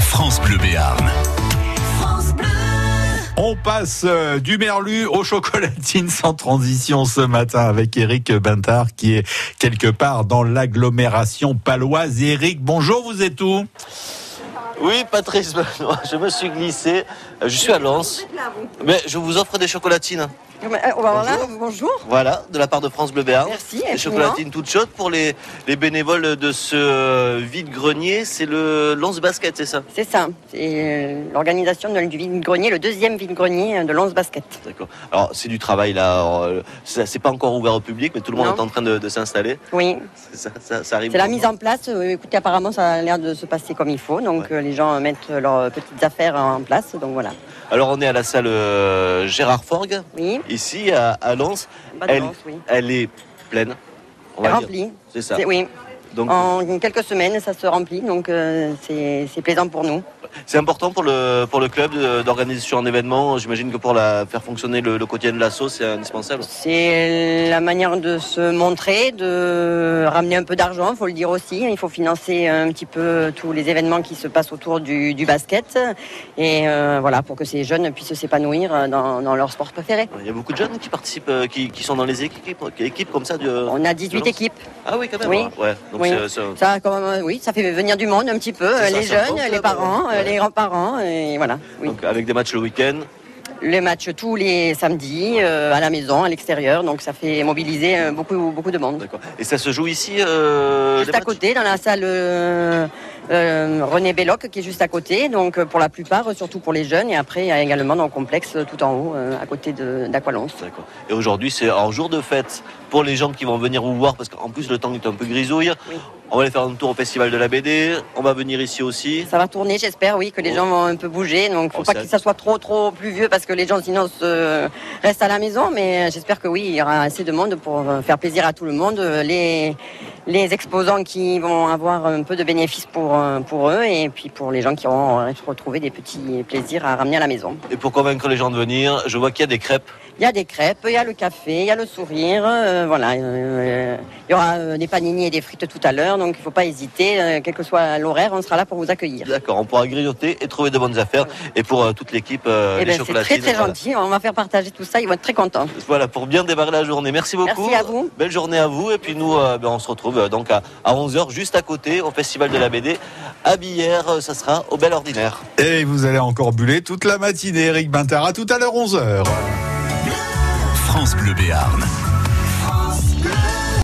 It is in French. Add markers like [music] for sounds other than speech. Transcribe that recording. France Bleu Béarn. On passe euh, du merlu aux chocolatines [laughs] sans transition ce matin avec Eric Bintard qui est quelque part dans l'agglomération paloise. Eric, bonjour, vous êtes où Oui, Patrice Benoît, je me suis glissé. Euh, Je suis à Lens. Mais je vous offre des chocolatines. euh, Voilà, bonjour. Voilà, de la part de France Bleu Béarn. Merci, Des elles sont chocolatines toutes chaudes pour les, les bénévoles de ce euh, vide-grenier. C'est le Lens Basket, c'est ça C'est ça, c'est euh, l'organisation de- du vide-grenier, le deuxième vide-grenier euh, de Lens Basket. D'accord. Alors, c'est du travail là. Alors, euh, ça- C'est pas encore ouvert au public, mais tout le monde Non. est en train de, de s'installer. Oui, Ça, ça- ça arrive. c'est la mise en place. Euh, Écoutez, apparemment, ça a l'air de se passer comme il faut. Donc, Ouais. euh, les gens euh, mettent leurs petites affaires en place. Donc, voilà. Alors, on est à la salle euh, Gérard Forgue, Oui, ici à, à Lens. pas de Elle- lance, oui. Elle est pleine. On va dire. Rempli. C'est ça. C'est- Oui, Donc, en quelques semaines, ça se remplit. Donc, euh, c'est c'est plaisant pour nous. C'est important pour le, pour le club de- d'organiser sur un événement. J'imagine que pour la, faire fonctionner le, le quotidien de l'assaut, c'est indispensable. C'est la manière de se montrer, de ramener un peu d'argent, il faut le dire aussi. Il faut financer un petit peu tous les événements qui se passent autour du, du basket. Et euh, voilà, pour que ces jeunes puissent s'épanouir dans, dans leur sport préféré. Il y a beaucoup de jeunes qui participent, euh, qui, qui sont dans les équipes, équipes comme ça. du- On a 18 Lance. équipes. Ah oui, quand même. Oui. Ouais. Donc Oui. c'est- c'est un- Ça, quand même, euh, oui, ça fait venir du monde un petit peu. euh, C'est ça, les c'est un bon jeunes, club, les parents, ouais. euh, les grands-parents. Et voilà. Oui. donc, avec des matchs le week-end. Les matchs tous les samedis, euh, à la maison, à l'extérieur. Donc ça fait mobiliser euh, beaucoup, beaucoup de monde. D'accord. Et ça se joue ici. euh, les Juste à matchs côté, dans la salle euh, euh, René Belloc, qui est juste à côté. Donc, euh, pour la plupart, euh, surtout pour les jeunes. Et après, il y a également dans le complexe, euh, tout en haut, euh, à côté de- d'Aqualons. D'accord. Et aujourd'hui, c'est un jour de fête pour les gens qui vont venir vous voir, parce qu'en plus, le temps est un peu grisouille. Oui. On va aller faire un tour au Festival de la BD. On va venir ici aussi. Ça va tourner, j'espère, oui, que les Oh. gens vont un peu bouger. Donc, faut Oh, pas ça- que ça soit trop, trop pluvieux, parce que les gens, sinon, se... restent à la maison. Mais euh, j'espère que oui, il y aura assez de monde pour euh, faire plaisir à tout le monde. Euh, Les, les exposants qui vont avoir un peu de bénéfices pour, euh, pour eux, et puis pour les gens qui auront euh, retrouvé des petits plaisirs à ramener à la maison. Et pour convaincre les gens de venir, je vois qu'il y a des crêpes. Il y a des crêpes, il y a le café, il y a le sourire, euh, voilà. euh, il y aura euh, des paninis et des frites tout à l'heure, donc il ne faut pas hésiter, euh, quel que soit l'horaire, on sera là pour vous accueillir. D'accord, on pourra grignoter et trouver de bonnes affaires. Et pour euh, toute l'équipe, euh, Eh les ben, c'est chocolatines. très très voilà. gentil, on va faire partager tout ça, ils vont être très contents. Voilà, pour bien démarrer la journée. Merci beaucoup. Merci à vous. Belle journée à vous. Et puis nous, euh, ben, on se retrouve euh, donc à, 11h, juste à côté, au Festival de la BD. À Billère, euh, ça sera au Bel Ordinaire. Et vous allez encore buller toute la matinée, Eric Bintard, à tout à l'heure 11h. France Bleu Béarn.